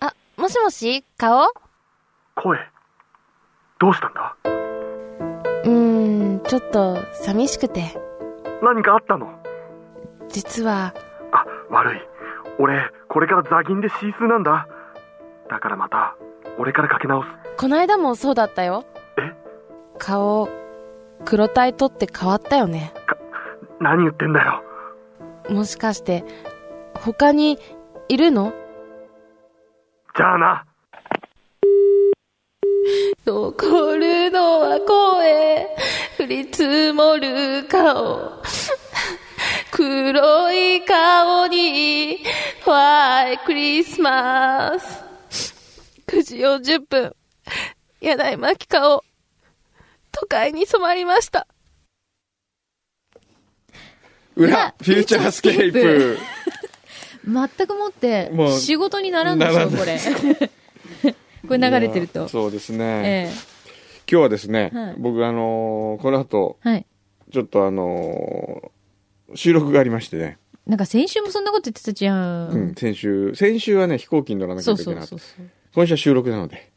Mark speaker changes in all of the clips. Speaker 1: あ、もしもし顔う
Speaker 2: 声、どうしたんだ
Speaker 1: ーん、ちょっと寂しくて。
Speaker 2: 何かあったの
Speaker 1: 実は、
Speaker 2: あ、悪い。俺、これからザギンでシースーなんだ。だからまた、俺からかけ直す。
Speaker 1: こないだもそうだったよ。
Speaker 2: え
Speaker 1: 顔、黒タイ取って変わったよね。
Speaker 2: 何言ってんだよ。
Speaker 1: もしかして、他にいるの
Speaker 2: じゃあな。
Speaker 1: 残るのは声、降り積もる顔。黒い顔に、ホワイクリスマス。9時40分、柳井真紀顔、都会に染まりました。
Speaker 3: 裏、フューチャースケープ。
Speaker 4: 全くもって
Speaker 3: もう
Speaker 4: 仕事にならんでし
Speaker 3: なら
Speaker 4: ょ
Speaker 3: ん
Speaker 4: これ これ流れてる
Speaker 3: い
Speaker 4: と
Speaker 3: やそうですね。
Speaker 4: ええ
Speaker 3: 今日はですね、
Speaker 4: はい
Speaker 3: 僕あのーこの後、
Speaker 4: はい
Speaker 3: ちょっとあのー収録がありましてね、
Speaker 4: なんか先週もそんなこと言ってたじゃん、
Speaker 3: うん先週、先週はね、飛行機に乗らなきゃ
Speaker 4: そ
Speaker 3: いうけ
Speaker 4: そ
Speaker 3: なか
Speaker 4: う
Speaker 3: った
Speaker 4: そうそう
Speaker 3: 今週は収録なので、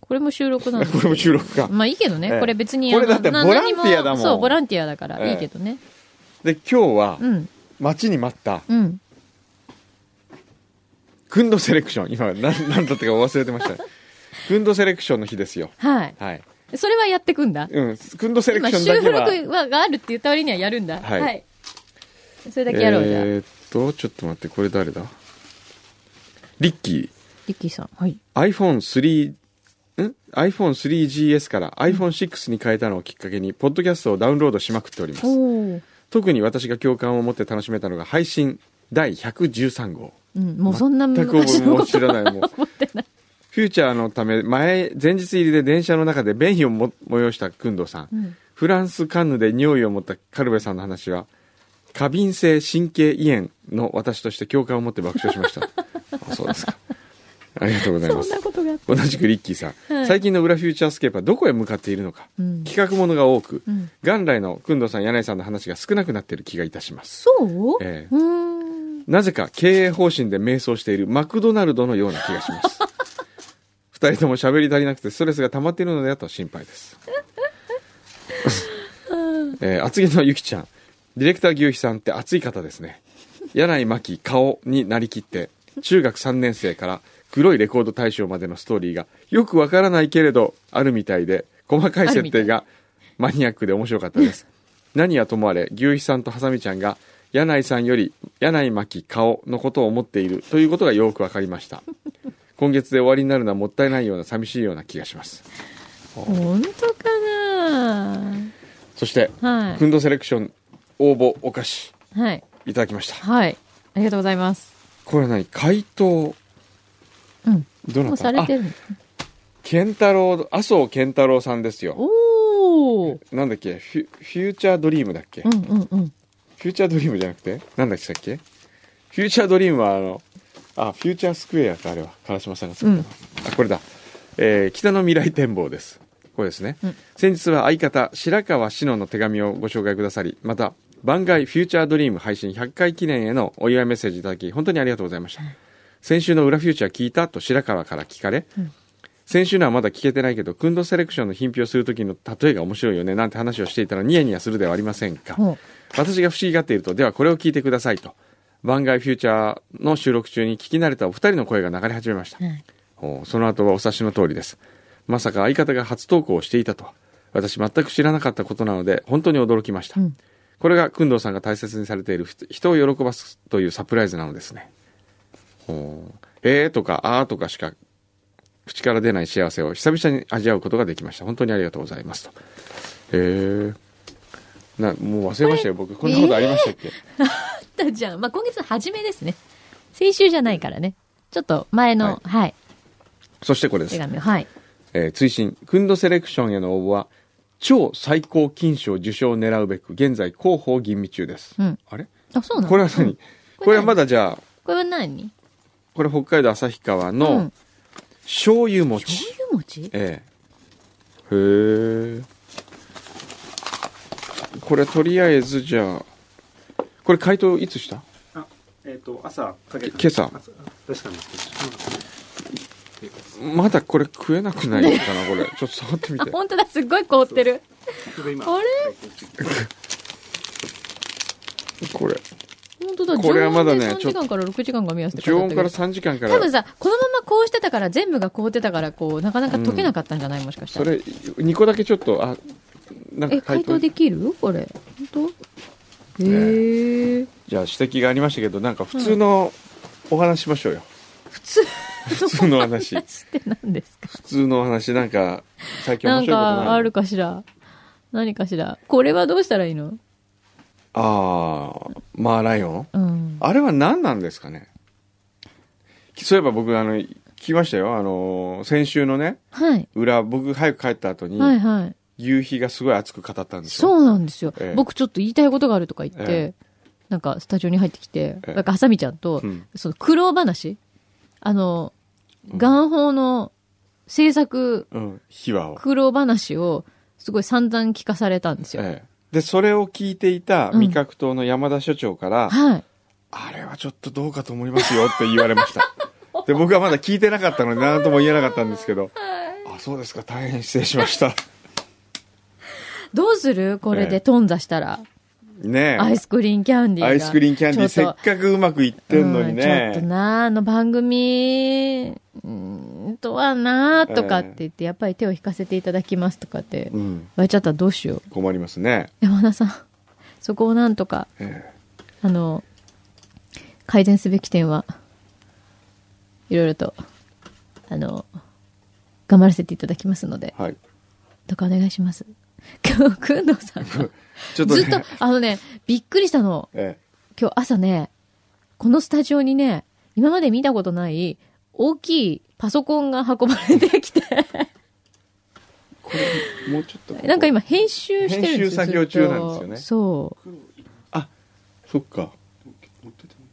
Speaker 4: これも収録なん で
Speaker 3: これも収録か。
Speaker 4: まあいいけどね、
Speaker 3: ええ
Speaker 4: これ別に
Speaker 3: これ
Speaker 4: あの
Speaker 3: だって
Speaker 4: な
Speaker 3: ボランティアだもん
Speaker 4: 何にそうボランティアだから、
Speaker 3: ええ
Speaker 4: いいけどね
Speaker 3: で、今日は
Speaker 4: う、ん
Speaker 3: 待ちに待った、
Speaker 4: うん
Speaker 3: くんどセレクション。今、なん、なんだったか忘れてました。 くんどセレクションの日ですよ。
Speaker 4: はい
Speaker 3: はい。
Speaker 4: それはやってくんだ
Speaker 3: うん、くんどセレク
Speaker 4: 今
Speaker 3: ション
Speaker 4: 収
Speaker 3: だけ
Speaker 4: 録
Speaker 3: は。
Speaker 4: はがあるって言った割にはやるんだ
Speaker 3: は
Speaker 4: はいい、それだけやろうじゃあ、
Speaker 3: えーっと、ちょっと待って、これ誰だリッキー。
Speaker 4: リッキーさんはい
Speaker 3: iPhone3 ん iPhone3GS から iPhone6 に変えたのをきっかけに、ポッドキャストをダウンロードしまくっております。
Speaker 4: おお、
Speaker 3: 特に私が共感を持って楽しめたのが、配信第113号。
Speaker 4: うん、もうそんな
Speaker 3: 全く
Speaker 4: 昔
Speaker 3: 僕
Speaker 4: の
Speaker 3: も
Speaker 4: こ
Speaker 3: 知
Speaker 4: と
Speaker 3: らない。もう。
Speaker 4: 思ってない、
Speaker 3: フューチャーのため、前、前日入りで電車の中で便秘をも催した工藤さん。
Speaker 4: うん、
Speaker 3: フランスカンヌで尿意を持ったカルベさんの話は、過敏性神経炎の私として共感を持って爆笑しま した。あそうですか。ありがとうござい
Speaker 4: そ
Speaker 3: ま
Speaker 4: ん
Speaker 3: す。
Speaker 4: なことがあった
Speaker 3: 同じくリッキーさん、
Speaker 4: はい
Speaker 3: 最近の裏フューチャースケープはどこへ向かっているのか、
Speaker 4: うん
Speaker 3: 企画ものが多く、
Speaker 4: うん
Speaker 3: 元来の工藤さん柳井さんの話が少なくなっている気がいたします
Speaker 4: そう、
Speaker 3: ええ
Speaker 4: うーん
Speaker 3: なぜか経営方針で迷走しているマクドナルドのような気がします二人とも喋り足りなくてストレスが溜まっているのではと心配です、 ええ厚木のゆきちゃんディレクター牛肥さんって熱い方ですね柳井真紀顔になりきって中学3年生から黒いレコード大賞までのストーリーがよくわからないけれどあるみたいで細かい設定がマニアックで面白かったです 何はともあれ牛肥さんとハサミちゃんが柳井さんより柳井真紀顔のことを思っているということがよくわかりました今月で終わりになるのはもったいないような寂しいような気がします
Speaker 4: 本当か
Speaker 3: そして
Speaker 4: な
Speaker 3: 「
Speaker 4: は
Speaker 3: くんどセレクション応募お菓子
Speaker 4: いはい」
Speaker 3: いただきました
Speaker 4: はいありがとうございます
Speaker 3: これは何回答
Speaker 4: うん
Speaker 3: ど
Speaker 4: も
Speaker 3: な
Speaker 4: うさ
Speaker 3: た
Speaker 4: れ
Speaker 3: あ
Speaker 4: てるの
Speaker 3: 健太郎麻生健太郎さんですよ
Speaker 4: おお
Speaker 3: なんだっけフュフューチャードリームだっけ、フ
Speaker 4: うんうんうん
Speaker 3: ューチャードリームじゃなくてなんだっけしたっけフューチャードリームはあのあフューチャースクエアってあれは川島さんが作ったの、あこれだ、えー北の未来展望ですこれですね、
Speaker 4: うん
Speaker 3: 先日は相方白川志乃の手紙をご紹介くださりまた番外フューチャードリーム配信100回記念へのお祝いメッセージいただき本当にありがとうございました、先週の裏フューチャー聞いたと白川から聞かれ、先週のはまだ聞けてないけど、くんどセレクションの品評する時の例えが面白いよね、なんて話をしていたらニヤニヤするではありませんか。
Speaker 4: ほう
Speaker 3: 私が不思議がっていると、ではこれを聞いてくださいと。番外フューチャーの収録中に聞き慣れたお二人の声が流れ始めました。
Speaker 4: はい
Speaker 3: ほうその後はお察しの通りです。まさか相方が初投稿をしていたとは。私全く知らなかったことなので、本当に驚きました。
Speaker 4: うん
Speaker 3: これが、くんどうさんが大切にされている人人を喜ばすというサプライズなのですね。ほうえーとか、あーとかしか口から出ない幸せを久々に味わうことができました。本当にありがとうございますと。へえ。なもう忘れましたよ僕こんなことありましたっけ、
Speaker 4: だじゃん。まあ、今月初めですね。先週じゃないからね。ちょっと前の、はい、
Speaker 3: そしてこれです
Speaker 4: 手紙を。はい。
Speaker 3: えー追伸クンドセレクションへの応募は超最高金賞受賞を狙うべく現在広報吟味中です、
Speaker 4: うん
Speaker 3: あれ
Speaker 4: あ、そうなの
Speaker 3: これは何、
Speaker 4: うん
Speaker 3: これはまだじゃあ
Speaker 4: これは何
Speaker 3: これ北海道旭川
Speaker 4: う
Speaker 3: の
Speaker 4: ん
Speaker 3: 醤油餅、
Speaker 4: 醤油餅
Speaker 3: ええへえこれとりあえずじゃあこれ回答いつした
Speaker 2: あえっ、と朝かけた
Speaker 3: け今朝
Speaker 2: 朝出したんですけ
Speaker 3: まだこれ食えなくないかなこれちょっと触ってみ
Speaker 4: あ、
Speaker 3: て
Speaker 4: 本当だ。すっごい凍ってる。
Speaker 2: ど、うん、今
Speaker 4: あれ
Speaker 3: これ
Speaker 4: 本当だ。
Speaker 3: これはまだね
Speaker 4: 常温で3時間から6時間が目安って書い
Speaker 3: 常
Speaker 4: てあっ
Speaker 3: 温
Speaker 4: たけ
Speaker 3: か
Speaker 4: ど
Speaker 3: ら3時間から
Speaker 4: 多分さ、このままこうしてたから、全部が凍ってたから、こう、なかなか溶けなかったんじゃない、もしかした
Speaker 3: そ
Speaker 4: ら。
Speaker 3: れ2個だけちょっとあなんか
Speaker 4: え、解答できるこれ。本当へえー。
Speaker 3: じゃあ指摘がありましたけどなんか普通のお話しましょうよ、普通の話
Speaker 4: 出 して何ですか
Speaker 3: 普通のお話なんか最近
Speaker 4: な
Speaker 3: 面白いこ
Speaker 4: ん
Speaker 3: とない
Speaker 4: か、あるかしら。何かしら。これはどうしたらいいの
Speaker 3: あーマーライオン
Speaker 4: うん。
Speaker 3: あれは何なんですかねそういえば僕あの聞きましたよあの先週のね
Speaker 4: はい。
Speaker 3: 裏僕早く帰った後に、
Speaker 4: はいはい。
Speaker 3: 夕日がすごい熱く語ったんですよ
Speaker 4: そうなんですよ、
Speaker 3: ええ
Speaker 4: 僕ちょっと言いたいことがあるとか言って、
Speaker 3: え
Speaker 4: なんかスタジオに入ってきて、
Speaker 3: ええ
Speaker 4: なんかハサミちゃんと、
Speaker 3: うん
Speaker 4: その苦労話あの、元宝の制作
Speaker 3: うん秘話を、
Speaker 4: 苦労話をすごい散々聞かされたんですよ。
Speaker 3: ええでそれを聞いていた味覚党の山田所長から、
Speaker 4: はい。
Speaker 3: あれはちょっとどうかと思いますよって言われました。 で、僕はまだ聞いてなかったので何とも言えなかったんですけ ど、あ、そうですか、大変失礼しました。
Speaker 4: どうするこれ
Speaker 3: ええ
Speaker 4: で頓挫したら、
Speaker 3: ね
Speaker 4: アイスクリーンキャンデ
Speaker 3: え。
Speaker 4: ィーが。
Speaker 3: アイスクリーンキャンディー
Speaker 4: ち
Speaker 3: せ
Speaker 4: ょ
Speaker 3: っ
Speaker 4: っと
Speaker 3: かくうまくいってんのに
Speaker 4: うん
Speaker 3: ね
Speaker 4: ちょっと。な、あの番組、うんとはな、とかって言って、やっぱり手を引かせていただきますとかって
Speaker 3: う
Speaker 4: 言
Speaker 3: ん、
Speaker 4: われちゃったらどうしよう。
Speaker 3: 困りますね。
Speaker 4: 山田さん、そこをなんとか、
Speaker 3: え
Speaker 4: あの、改善すべき点は、いろいろと、あの、頑張らせていただきますので
Speaker 3: え、はい。
Speaker 4: どうかお願いします。今日、くんどう さん が、
Speaker 3: ちょっとね、
Speaker 4: ずっと、あのね、びっくりしたの。
Speaker 3: え
Speaker 4: 今日朝ね、このスタジオにね、今まで見たことない大きいパソコンが運ばれてき て、
Speaker 3: え、もうちょっとここ。
Speaker 4: なんか今編集してるんですよ。
Speaker 3: 編集作業中なんですよね
Speaker 4: ずっとそう。
Speaker 3: そっか。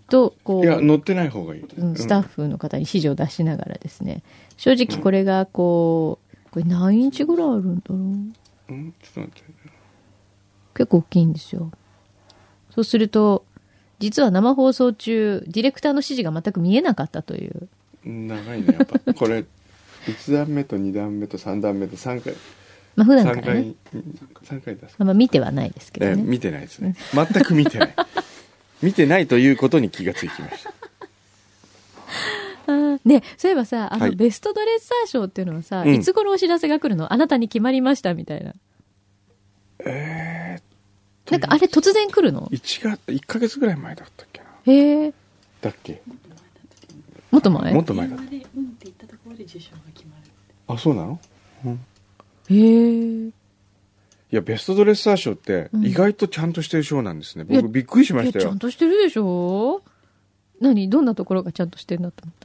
Speaker 4: と、こ。
Speaker 3: いうや、乗ってない方がいい。
Speaker 4: うんスタッ
Speaker 3: フ。
Speaker 4: フの方に指示を出しながらですね、正直これがこう、これ何インチぐらいあるんだろう
Speaker 3: うん、ちょっと待って。
Speaker 4: 結構大きいんですよ。そうすると、実は生放送中、ディレクターの指示が全く見えなかったという。
Speaker 3: 長いね、やっぱ。これ、1段目と2段目と3段目と3回、
Speaker 4: まあ普段か
Speaker 3: 3
Speaker 4: らね、
Speaker 3: 回、3回出す。
Speaker 4: あんま見てはないですけ
Speaker 3: えー
Speaker 4: どね。
Speaker 3: 見てないですね全く見てない 見てないということに気がついてました
Speaker 4: あーね、そういえばさ、あ
Speaker 3: は
Speaker 4: の
Speaker 3: い
Speaker 4: ベストドレッサー賞っていうのはさ、
Speaker 3: うん
Speaker 4: いつ頃お知らせが来るのあなたに決まりましたみたいな。なんかあれ突然来るの
Speaker 3: 1月1ヶ月ぐらい前だったっけな
Speaker 4: へえ、
Speaker 3: だっけ
Speaker 4: もっと前
Speaker 3: もっと前だっ
Speaker 5: 電話で「うん」って言ったところで受賞が決まる
Speaker 3: たあそうなの
Speaker 4: へえ。
Speaker 3: いやベストドレッサー賞って
Speaker 4: ん
Speaker 3: 意外とちゃんとしてる賞なんですね、
Speaker 4: いや
Speaker 3: 僕びっくりしま
Speaker 4: いや
Speaker 3: した
Speaker 4: ちゃ
Speaker 3: よ
Speaker 4: んとしてるでしょ何どんなところがちゃんとしてるんだと思っ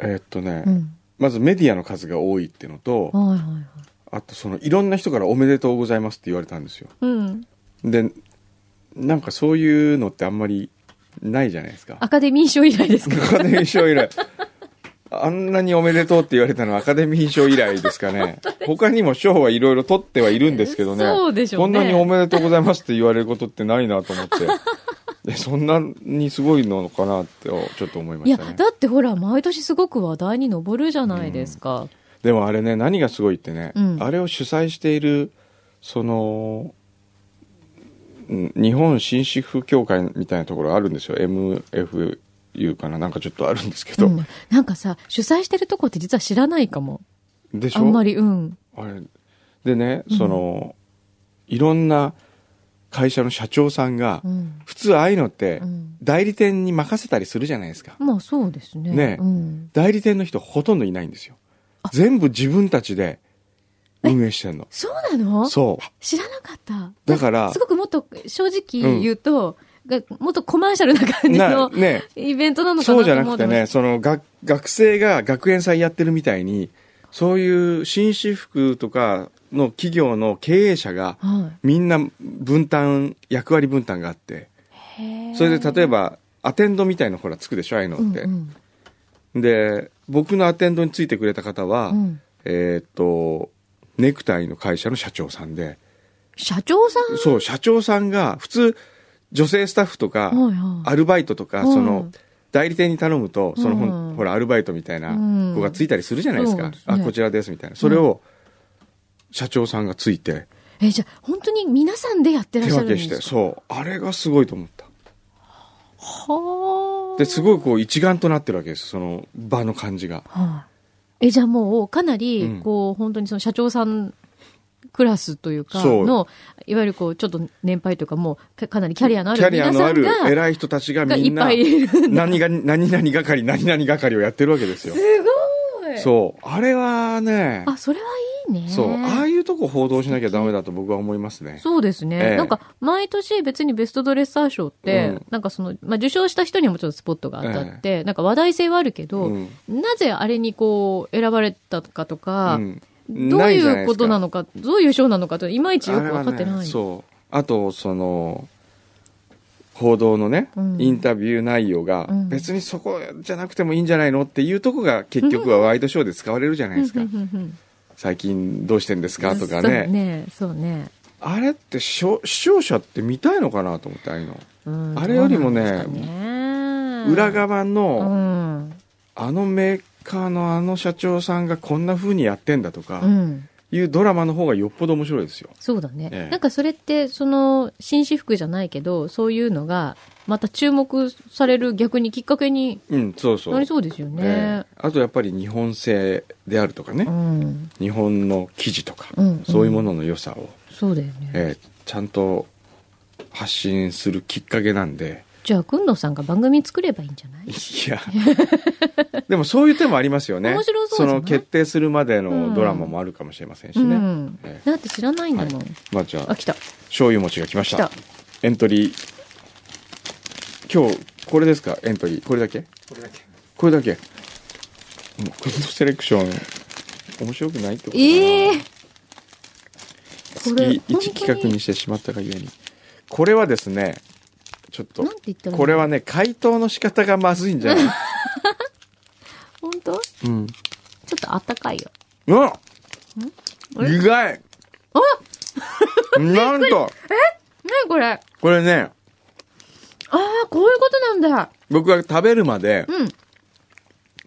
Speaker 3: えーっとね、
Speaker 4: たうん
Speaker 3: まずメディアの数が多いってのと
Speaker 4: はいはいはい
Speaker 3: あとそのいろんな人から「おめでとうございます」って言われたんですよ
Speaker 4: うん
Speaker 3: でなんかそういうのってあんまりないじゃないですか
Speaker 4: アカデミー賞以来です か
Speaker 3: アカデミー賞以来。あんなにおめでとうって言われたのはアカデミー賞以来ですかね。他にも賞はいろいろ取ってはいるんですけどね。
Speaker 4: そうでしょう
Speaker 3: こん
Speaker 4: ね
Speaker 3: なにおめでとうございますって言われることってないなと思 って。でそんなにすごいのかなってちょっと思いま
Speaker 4: い
Speaker 3: し
Speaker 4: や
Speaker 3: たね。
Speaker 4: だってほら毎年すごく話題に上るじゃないですか、
Speaker 3: でもあれね、何がすごいってね、
Speaker 4: うん
Speaker 3: あれを主催している、その、うん日本紳士服協会みたいなところがあるんですよ。MFU かななんかちょっとあるんですけど。
Speaker 4: うんなんかさ主催してるとこって実は知らないかも
Speaker 3: でしょ
Speaker 4: あんまりうん
Speaker 3: あれでねその、いろんな会社の社長さんが、
Speaker 4: うん
Speaker 3: 普通ああいうのって
Speaker 4: うん
Speaker 3: 代理店に任せたりするじゃないですか、
Speaker 4: まあそうですね
Speaker 3: ね
Speaker 4: うん、
Speaker 3: 代理店の人ほとんどいないんですよ全部自分たちで運営して んの。
Speaker 4: そうなの
Speaker 3: そう
Speaker 4: え知らなかった。
Speaker 3: だから
Speaker 4: すごくもっと正直言うと、がもっとコマーシャルな感じ
Speaker 3: な
Speaker 4: の
Speaker 3: ね
Speaker 4: イベントなのか
Speaker 3: そ
Speaker 4: な
Speaker 3: うじ
Speaker 4: と
Speaker 3: ゃな
Speaker 4: 思
Speaker 3: く
Speaker 4: うと
Speaker 3: てね、そのが学生が学園祭やってるみたいに、そういう紳士服とかの企業の経営者が、
Speaker 4: は
Speaker 3: みんな分担、役割分担があって、
Speaker 4: い。
Speaker 3: それで例えば、アテンドみたいのほらつくでしょ、ああいうの
Speaker 4: うん
Speaker 3: って。で、僕のアテンドについてくれた方は、
Speaker 4: うんうん
Speaker 3: えーっと、ネクタイの会社の社長さんで、
Speaker 4: 社長さん
Speaker 3: そう、社長さんが、普通、女性スタッフとか、
Speaker 4: はいはい
Speaker 3: アルバイトとか、
Speaker 4: うん
Speaker 3: その、代理店に頼むと、その、ほ
Speaker 4: うん
Speaker 3: んほら、アルバイトみたいな
Speaker 4: うん
Speaker 3: 子がついたりするじゃないです
Speaker 4: そ
Speaker 3: か
Speaker 4: うで。すね
Speaker 3: あ、こちらです、みたいな。それを、社長さんがついて、
Speaker 4: え、じゃあ本当に皆さんでやってらっ
Speaker 3: 手
Speaker 4: しゃる
Speaker 3: 分
Speaker 4: ん
Speaker 3: けし
Speaker 4: で
Speaker 3: て、
Speaker 4: すか
Speaker 3: そう。あれがすごいと思った。
Speaker 4: はあ
Speaker 3: で、すごいこう、一丸となってるわけです。その、場の感じが。
Speaker 4: はい。え、じゃあもう、かな
Speaker 3: う
Speaker 4: り
Speaker 3: ん、
Speaker 4: こう、本当にその社長さんクラスというか、
Speaker 3: そう
Speaker 4: の、いわゆるこう、ちょっと年配というか、もうか、かなりキャリアのあ
Speaker 3: キ
Speaker 4: る
Speaker 3: ャリアの
Speaker 4: 皆さ
Speaker 3: あ
Speaker 4: ん
Speaker 3: る
Speaker 4: が、
Speaker 3: 偉い人たちが
Speaker 4: が
Speaker 3: み
Speaker 4: い
Speaker 3: ん
Speaker 4: っ
Speaker 3: な
Speaker 4: ぱいいるんだ。
Speaker 3: 何が何々係何々係をやってるわけですよ
Speaker 4: すごい
Speaker 3: そうあれはね
Speaker 4: あ、それはいいね。
Speaker 3: そうああいうとこ報道しなきゃダメだと僕は思いますね
Speaker 4: そうですね。
Speaker 3: ええ
Speaker 4: なんか、毎年別にベストドレッサー賞って、
Speaker 3: うん
Speaker 4: なんかその、まあ、受賞した人にもちょっとスポットが当たって、なんか話題性はあるけど、
Speaker 3: うん
Speaker 4: なぜあれにこう、選ばれたかとか、
Speaker 3: うん
Speaker 4: どう
Speaker 3: ないじゃないです
Speaker 4: い
Speaker 3: か
Speaker 4: うことなのか、どういう賞なのかと、いまいちよく分かって
Speaker 3: あれは
Speaker 4: な
Speaker 3: ね
Speaker 4: い。
Speaker 3: そうあとその報道のね、
Speaker 4: うん
Speaker 3: インタビュー内容が
Speaker 4: うん
Speaker 3: 別にそこじゃなくてもいいんじゃないのっていうとこが結局はワイドショーで使われるじゃないですか最近どうしてんですかとか
Speaker 4: そう
Speaker 3: ね
Speaker 4: ね、そうね。
Speaker 3: あれってしょ視聴者って見たいのかなと思ってああいうの
Speaker 4: うん
Speaker 3: あれよりもね
Speaker 4: どうなんですかね
Speaker 3: 裏側の、
Speaker 4: うん。
Speaker 3: あのメーカーのあの社長さんがこんな風にやってんだと
Speaker 4: う
Speaker 3: か
Speaker 4: ん。
Speaker 3: いうドラマの方がよっぽど面白いですよ。
Speaker 4: そうだね、
Speaker 3: ええ
Speaker 4: なんかそれって、その、紳士服じゃないけど、そういうのが、また注目される逆にきっかけに
Speaker 3: うん、そうそう。
Speaker 4: なりそうですよね
Speaker 3: え。えあとやっぱり日本製であるとかね、
Speaker 4: うん。
Speaker 3: 日本の生地とか、
Speaker 4: うん
Speaker 3: そういうものの良さを、
Speaker 4: そうだよね。
Speaker 3: ええちゃんと発信するきっかけなんで、
Speaker 4: じゃあ、くんのさんが番組作ればいいんじゃない
Speaker 3: い や、でもそういう手もありますよね。
Speaker 4: 面白そうじ
Speaker 3: そ
Speaker 4: ゃない
Speaker 3: の決定するまでのドラマもあるかもしれませんし
Speaker 4: う
Speaker 3: ね。
Speaker 4: ん。
Speaker 3: ええ
Speaker 4: だって知らないんだもん。
Speaker 3: はいまあじゃあ
Speaker 4: あ、来た。
Speaker 3: 醤油餅が来ました
Speaker 4: 来た
Speaker 3: エントリー今日これですかエントリーこれだけ
Speaker 2: これだけ
Speaker 3: これだけもうクッドセレクション面白くないってことかな
Speaker 4: ええこれ
Speaker 3: 月
Speaker 4: 本当
Speaker 3: 一
Speaker 4: に
Speaker 3: 企画にしてしまったがゆえにこれはですねちょっと
Speaker 4: なんて言ったらいいの
Speaker 3: これはね回答の仕方がまずいんじゃない
Speaker 4: 本当ち
Speaker 3: うん
Speaker 4: ょっとあったかいよ。
Speaker 3: うわ意外 なんと
Speaker 4: ねこれ。あ
Speaker 3: これね
Speaker 4: あ、こういうことなんだ。
Speaker 3: 僕が食べるまで、
Speaker 4: うん。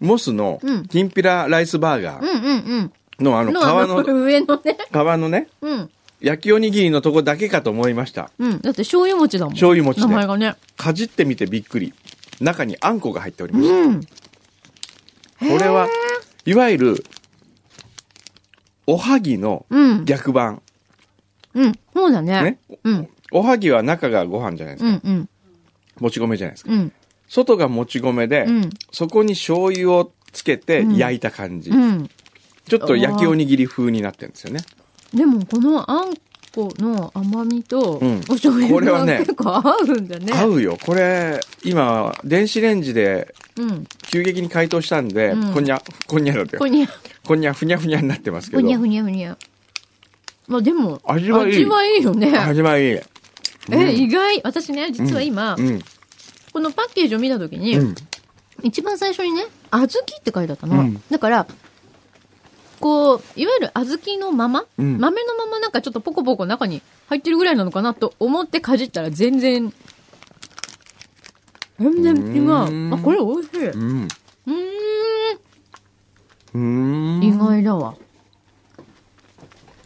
Speaker 3: モスの
Speaker 4: うん
Speaker 3: きんぴらライスバーガー
Speaker 4: うんうん
Speaker 3: のあ
Speaker 4: うん。
Speaker 3: の皮
Speaker 4: あ
Speaker 3: の
Speaker 4: 上のね。
Speaker 3: 皮のね、
Speaker 4: うん。
Speaker 3: 焼きおにぎりのとこだけかと思いました。
Speaker 4: うん。だって醤油餅だもん。
Speaker 3: 醤油餅で
Speaker 4: 名前がね。
Speaker 3: かじってみてびっくり。中にあんこが入っておりまし
Speaker 4: うん。
Speaker 3: た。これは、いわゆる、おはぎの
Speaker 4: うん。
Speaker 3: 逆版。
Speaker 4: うん。そうだね。
Speaker 3: ね
Speaker 4: うん。
Speaker 3: おはぎは中がご飯じゃないです
Speaker 4: う
Speaker 3: か。
Speaker 4: んうん。
Speaker 3: もち米じゃないですか。
Speaker 4: うん。
Speaker 3: 外がもち米で、
Speaker 4: うん
Speaker 3: そこに醤油をつけて
Speaker 4: うん
Speaker 3: 焼いた感じ。
Speaker 4: うん。
Speaker 3: ちょっと焼きおにぎり風になってるんですよね。
Speaker 4: でも、このあんこの甘みと、
Speaker 3: うん
Speaker 4: お醤
Speaker 3: これは
Speaker 4: 油が
Speaker 3: ね
Speaker 4: 結構合うんだね。
Speaker 3: 合うよ。これ、今、電子レンジで
Speaker 4: うん。
Speaker 3: 急激に解凍したんで、
Speaker 4: うん
Speaker 3: こんにゃ、こんにゃだって
Speaker 4: こ。れに、
Speaker 3: こんにゃ、ふにゃふにゃになってますけ
Speaker 4: ふ
Speaker 3: ど。
Speaker 4: にゃふにゃふにゃ。まあでも、
Speaker 3: 味はいい
Speaker 4: 味はいいよね。
Speaker 3: 始まり。
Speaker 4: え、意外。私ね、実は今、
Speaker 3: うん。
Speaker 4: このパッケージを見たときに、
Speaker 3: うん。
Speaker 4: 一番最初にね、小豆って書いてあったの。
Speaker 3: うん
Speaker 4: だから、こう、いわゆる小豆のまま、
Speaker 3: うん
Speaker 4: 豆のままなんかちょっとポコポコ中に入ってるぐらいなのかなと思ってかじったら全然、全然違
Speaker 3: う
Speaker 4: う。
Speaker 3: ーん
Speaker 4: あ、これ美味しい。
Speaker 3: う。
Speaker 4: うんー
Speaker 3: うん。
Speaker 4: ん、意外だわ。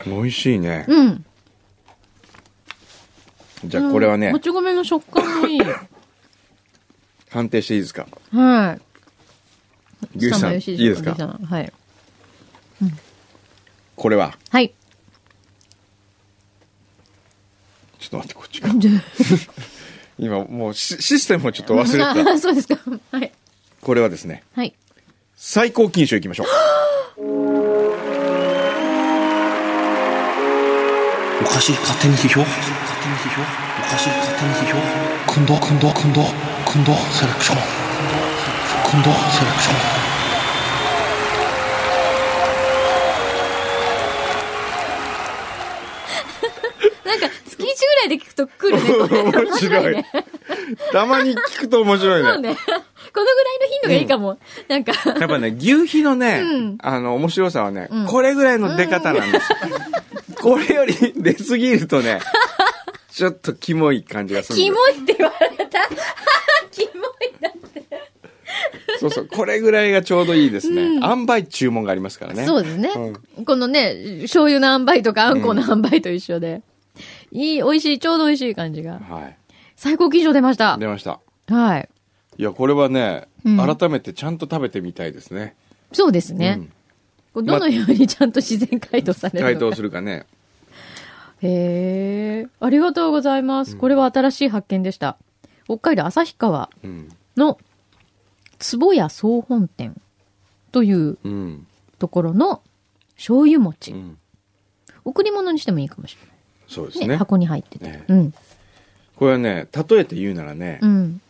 Speaker 3: 美味しいね。
Speaker 4: うん。
Speaker 3: じゃあこれは
Speaker 4: うん
Speaker 3: ね
Speaker 4: も、ち米の食感 もいい。
Speaker 3: 判定していいですか
Speaker 4: はい。
Speaker 3: 牛さん、いいです
Speaker 4: 牛さ
Speaker 3: か
Speaker 4: んはい。
Speaker 3: これは。
Speaker 4: はい。
Speaker 3: ちょっと待って、こっち から。今、もうシシステムをちょっと忘れて た。
Speaker 4: あそうですか。はい。
Speaker 3: これはですね、
Speaker 4: はい。
Speaker 3: 最高金賞いきましょう。
Speaker 6: かしい勝手に批評勝手に批評おかしい勝手に批評くんどくんどくんどくんどセレクションくんどセレクション
Speaker 4: なんか、月1ぐらいで聞くと来るね、これ。
Speaker 3: 面白い
Speaker 4: ね。。
Speaker 3: たまに聞くと面白い
Speaker 4: そう
Speaker 3: ね。
Speaker 4: ね。このぐらいの頻度がいいかも。なんか、
Speaker 3: やっぱね、牛皮のね、あの、面白さはね、これぐらいの出方なんですよ。これより出すぎる とね、ちょっとキモい感じがするんだ
Speaker 4: キ
Speaker 3: よ。
Speaker 4: モいって言われた。 キモいな。
Speaker 3: そうそう、これぐらいがちょうどいいですね。塩梅注文がありますからね。
Speaker 4: そうですね。このね、醤油の塩梅とかあんこの塩梅と一緒で。いい、美味しい、ちょうど美味しい感じが。
Speaker 3: はい。
Speaker 4: 最高基準出ました。
Speaker 3: 出ました。
Speaker 4: はい。
Speaker 3: いや、これはね、
Speaker 4: うん
Speaker 3: 改めてちゃんと食べてみたいですね。
Speaker 4: そうですね。
Speaker 3: うん
Speaker 4: こうどのようにちゃんと自然解凍され
Speaker 3: 解
Speaker 4: るの
Speaker 3: 凍
Speaker 4: か。
Speaker 3: するかね。
Speaker 4: へえ、ありがとうございます。これは新しい発見でした。北海道旭川
Speaker 3: うん。
Speaker 4: の壺屋総本店という
Speaker 3: うん。
Speaker 4: ところの醤油餅。
Speaker 3: ん
Speaker 4: 贈り物にしてもいいかもしれない。
Speaker 3: そうです
Speaker 4: ね
Speaker 3: ね。
Speaker 4: 箱に入ってて、
Speaker 3: ね
Speaker 4: うん。
Speaker 3: これはね、例えて言うならね、
Speaker 4: うん。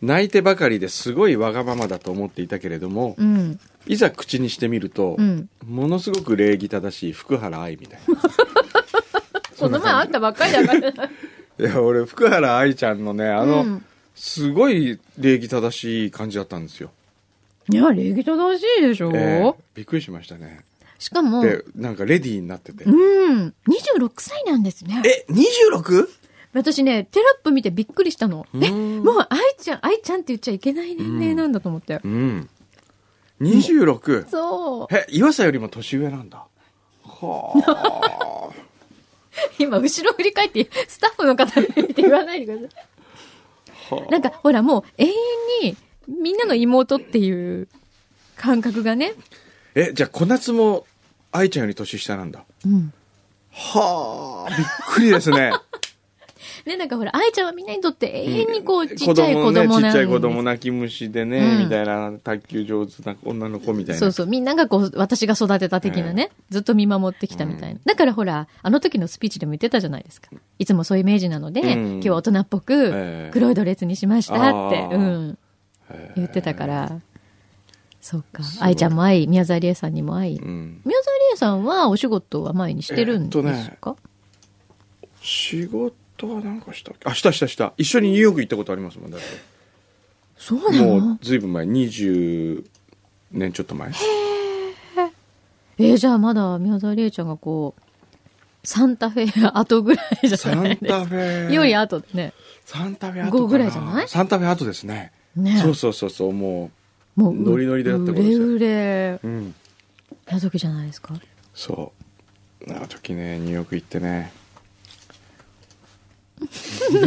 Speaker 3: 泣いてばかりですごいわがままだと思っていたけれども、
Speaker 4: うん。
Speaker 3: いざ口にしてみると、
Speaker 4: うん。
Speaker 3: ものすごく礼儀正しい福原愛みたい
Speaker 4: この前あったばっかり だから。
Speaker 3: な。いや、俺、福原愛ちゃんのね、あの、
Speaker 4: うん
Speaker 3: すごい礼儀正しい感じだったんですよ。
Speaker 4: いや、礼儀正しいでしょ、
Speaker 3: ええびっくりしましたね。
Speaker 4: しかも、
Speaker 3: で、なんかレディーになってて。
Speaker 4: うん。26歳なんですね。
Speaker 3: え、26?
Speaker 4: 私ね、テロップ見てびっくりしたの。え、
Speaker 3: うん
Speaker 4: もう愛ちゃん、愛ちゃんって言っちゃいけない年齢なんだと思って。
Speaker 3: うん。26。
Speaker 4: そう。
Speaker 3: え、岩佐よりも年上なんだ。はあ。
Speaker 4: 今、後ろ振り返って、スタッフの方に見て言わないでください。なんか、ほら、もう永遠に、みんなの妹っていう感覚がね。
Speaker 3: え、じゃあ、小夏も愛ちゃんより年下なんだ。
Speaker 4: うん。
Speaker 3: はあ。びっくりですね。
Speaker 4: ね、なんかほら、愛ちゃんはみんなにとって永遠にこう、
Speaker 3: ん
Speaker 4: ちっちゃい子供
Speaker 3: ね
Speaker 4: なん
Speaker 3: ち
Speaker 4: で
Speaker 3: っ
Speaker 4: す
Speaker 3: ちゃ
Speaker 4: よ
Speaker 3: い子供泣き虫でね、
Speaker 4: うん
Speaker 3: みたいな卓球上手な女の子みたいな
Speaker 4: そうそう。みんながこう、私が育てた的なね、ずっと見守ってきたみたいな。だからほら、あの時のスピーチでも言ってたじゃないですか。いつもそういうイメージなので、
Speaker 3: うん
Speaker 4: 今日は大人っぽ
Speaker 3: え
Speaker 4: く
Speaker 3: え、
Speaker 4: 黒いドレスにしましたって
Speaker 3: あ、ー
Speaker 4: うん、
Speaker 3: え
Speaker 4: 言ってたから。そう
Speaker 3: ご
Speaker 4: か。
Speaker 3: い
Speaker 4: 愛ちゃんも愛、宮沢りえさんにも愛。
Speaker 3: うん、
Speaker 4: 宮沢りえさんはお仕事は前にしてるんですか、
Speaker 3: えっ仕事はなんかしたっけあしたしたした一緒にニューヨーク行ったことありますもんだって
Speaker 4: そうな
Speaker 3: もう
Speaker 4: の
Speaker 3: ずいぶん前20年ちょっと前
Speaker 4: えーじゃあまだ宮沢りえちゃんがこう、サンタフェ後ぐらいじ
Speaker 3: サ
Speaker 4: ゃない
Speaker 3: ン
Speaker 4: です
Speaker 3: タ
Speaker 4: か。
Speaker 3: フェ
Speaker 4: より後でね。
Speaker 3: サンタフェ後か
Speaker 4: 後ぐらいじゃない
Speaker 3: サンタフェ後ですね
Speaker 4: ね
Speaker 3: そうそうそうそうも
Speaker 4: もう、
Speaker 3: ノリノリでやってこと
Speaker 4: う
Speaker 3: です
Speaker 4: れ
Speaker 3: よ
Speaker 4: うれ
Speaker 3: ううん
Speaker 4: な時じゃないですか。
Speaker 3: そうあの時ねニューヨーク行ってね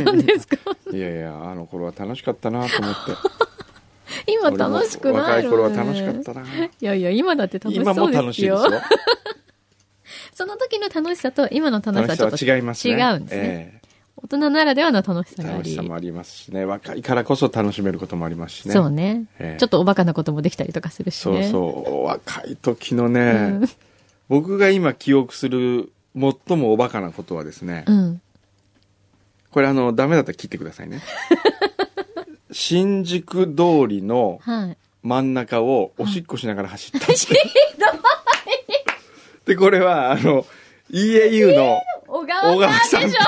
Speaker 4: 何ですか
Speaker 3: いやいやあの頃は楽しかったなと思って
Speaker 4: 今楽しくない
Speaker 3: 俺も若い
Speaker 4: の、ね、
Speaker 3: 頃は楽しかったない
Speaker 4: やいや、今だって楽し
Speaker 3: 今
Speaker 4: そ
Speaker 3: も
Speaker 4: うで
Speaker 3: 楽しい
Speaker 4: す
Speaker 3: です
Speaker 4: よ。
Speaker 3: よ
Speaker 4: その時の楽しさと今の楽
Speaker 3: 楽
Speaker 4: しさは
Speaker 3: し
Speaker 4: ちょ
Speaker 3: さ
Speaker 4: っと
Speaker 3: は違いますね
Speaker 4: 違うんですね。
Speaker 3: ええ
Speaker 4: 大人ならではの楽しさがあ
Speaker 3: 楽し
Speaker 4: り
Speaker 3: さ。もありますしね若いからこそ楽しめることもありますしね
Speaker 4: そうね、
Speaker 3: ええ
Speaker 4: ちょっとおバカなこともできたりとかするし
Speaker 3: そう
Speaker 4: ね。
Speaker 3: そう若い時のね、
Speaker 4: うん
Speaker 3: 僕が今記憶する最もおバカなことはですね、
Speaker 4: うん。
Speaker 3: これあのダメだったら切ってくださ いね新宿通りの
Speaker 4: はい。
Speaker 3: 真ん中をおしっこしながら走った しどいでこれはあの EAU の
Speaker 4: 小
Speaker 3: 小
Speaker 4: 川
Speaker 3: 川
Speaker 4: さ
Speaker 3: さ
Speaker 4: ん
Speaker 3: ん
Speaker 4: で
Speaker 3: で
Speaker 4: し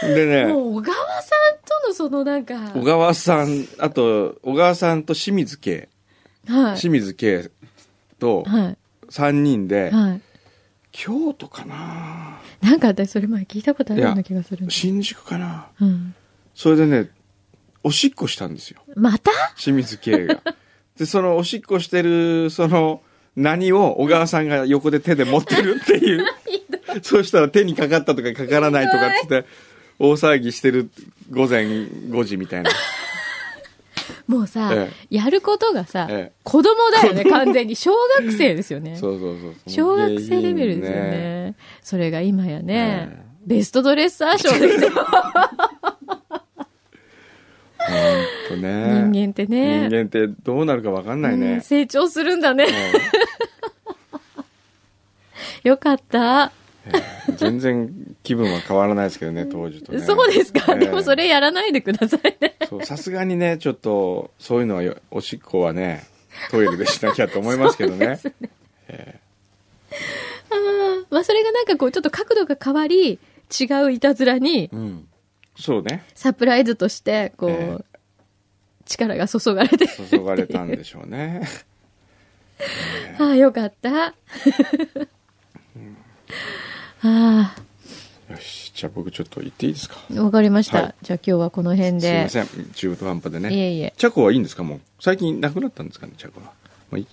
Speaker 3: し
Speaker 4: ょ、
Speaker 3: でね
Speaker 4: もう小川さんとのそのなんか、
Speaker 3: 小川さんあと小川さんと清水圭
Speaker 4: はい。
Speaker 3: 清水圭と
Speaker 4: は
Speaker 3: 3人で、
Speaker 4: い。はい。
Speaker 3: 京都かな
Speaker 4: なんか私それ前聞いたことあるような気がするんだ
Speaker 3: 新宿かな
Speaker 4: うん。
Speaker 3: それでねおしっこしたんですよ
Speaker 4: また
Speaker 3: 清水圭 がでそのおしっこしてるその何を小川さんが横で手で持ってるって いうそうしたら手にかかったとかかからないとかっつって大騒ぎしてる午前5時みたい な
Speaker 4: もうさ、
Speaker 3: え
Speaker 4: やることがさ、
Speaker 3: ええ
Speaker 4: 子供だよね、完全に。小学生ですよね。
Speaker 3: そうそうそう
Speaker 4: 小学生レベルですよね。それが今やね、ベストドレッサー賞で すよ。
Speaker 3: ほんとね
Speaker 4: 人間ってね
Speaker 3: 人間ってどうなるか分かんない
Speaker 4: うん
Speaker 3: ね、
Speaker 4: 成長するんだね。
Speaker 3: うん
Speaker 4: よかった。
Speaker 3: 全然気分は変わらないですけどね当時とね
Speaker 4: そうですか、
Speaker 3: ええ
Speaker 4: でもそれやらないでください ね。
Speaker 3: そうさすがにねちょっとそういうのはよおしっこはねトイレでしなきゃと思いますけどね
Speaker 4: そうですねあーまあ、それがなんかこう、ちょっと角度が変わり、違ういたずらに、
Speaker 3: うんそうね
Speaker 4: サプライズとして、こう、
Speaker 3: ええ
Speaker 4: 力が注がれて。
Speaker 3: 注がれたんでしょうね
Speaker 4: ああ、よかった。ああ
Speaker 3: よしじゃあ僕ちょっと行っていいですか
Speaker 4: ー、わかりました。
Speaker 3: はい
Speaker 4: じゃあ今日はこの辺
Speaker 3: すいま
Speaker 4: で。
Speaker 3: せん中途半端でね
Speaker 4: いえいえ
Speaker 3: チャコはいいんですかもう最近なくなったんですかねチャコは、まあいい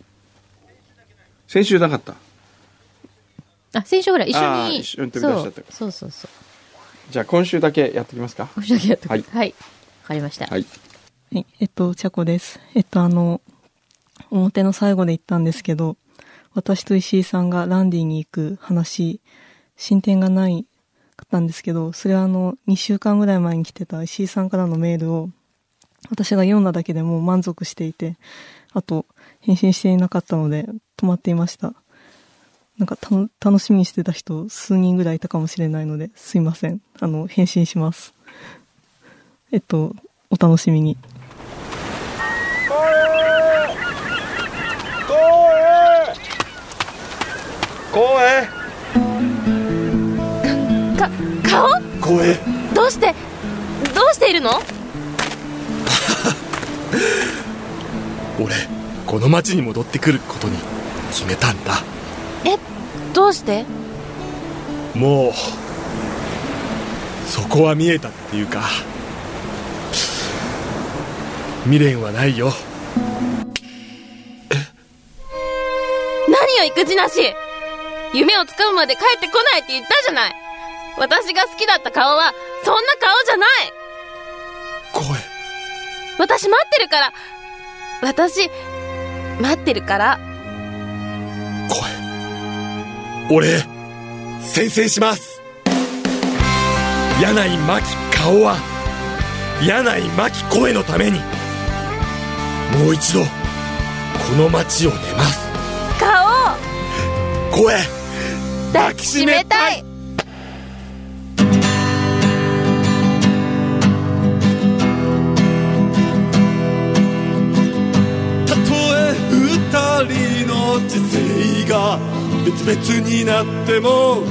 Speaker 3: 先週なかった
Speaker 4: あ、先週ほら、一
Speaker 3: あ
Speaker 4: 緒
Speaker 3: ー
Speaker 4: に。
Speaker 3: 一緒に飛び出しちゃったから
Speaker 4: そうそうそうそう。
Speaker 3: じゃあ今週だけやってきますか
Speaker 4: おしだけやっとく
Speaker 3: はい
Speaker 4: はい。わかりました。
Speaker 3: はい
Speaker 7: はい、えっと、ちゃこです。えっと、あの、表の最後で言ったんですけど、私と石井さんがランディに行く話、進展がないかったんですけど、それはあの、2週間ぐらい前に来てた石井さんからのメールを、私が読んだだけでもう満足していて、あと、返信していなかったので、止まっていました。なんか、たの、楽しみにしてた人、数人ぐらいいたかもしれないので、すいません。あの、返信します。えっと、お楽しみに。
Speaker 1: か顔
Speaker 6: 光栄
Speaker 1: どうしてどうしているの
Speaker 6: 俺この町に戻ってくることに決めたんだ
Speaker 1: えどうして
Speaker 6: もうそこは見えたっていうか未練はないよ
Speaker 1: 何よ育児なし夢をつかむまで帰ってこないって言ったじゃない私が好きだった顔はそんな顔じゃない
Speaker 6: 声
Speaker 1: 私待ってるから私待ってるから
Speaker 6: 声俺先制します柳井真紀顔は柳井真紀声のためにもう一度この町を出ます
Speaker 1: 顔を
Speaker 6: 声
Speaker 1: 抱きしめたい
Speaker 6: たとえ二人の人生が別々になっても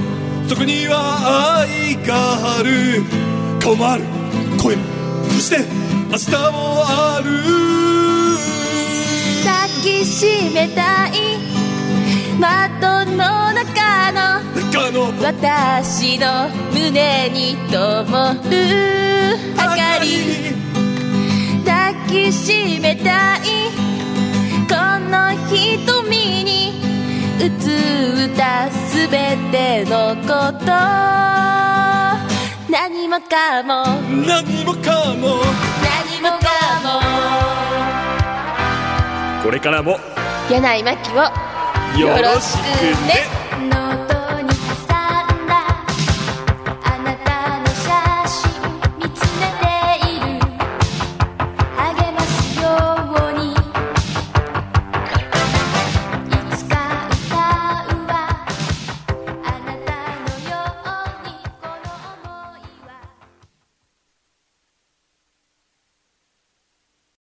Speaker 6: そこには愛がある顔もある声もそして明日もある
Speaker 1: 抱きしめたい窓の中の
Speaker 6: 中の
Speaker 1: 私の胸に灯る明かり抱きしめたいこの瞳に映ったすべてのこと何もかも
Speaker 6: 何もかも
Speaker 1: 何もかも
Speaker 6: これからも
Speaker 1: 柳井真紀を
Speaker 6: よろしくね
Speaker 1: ね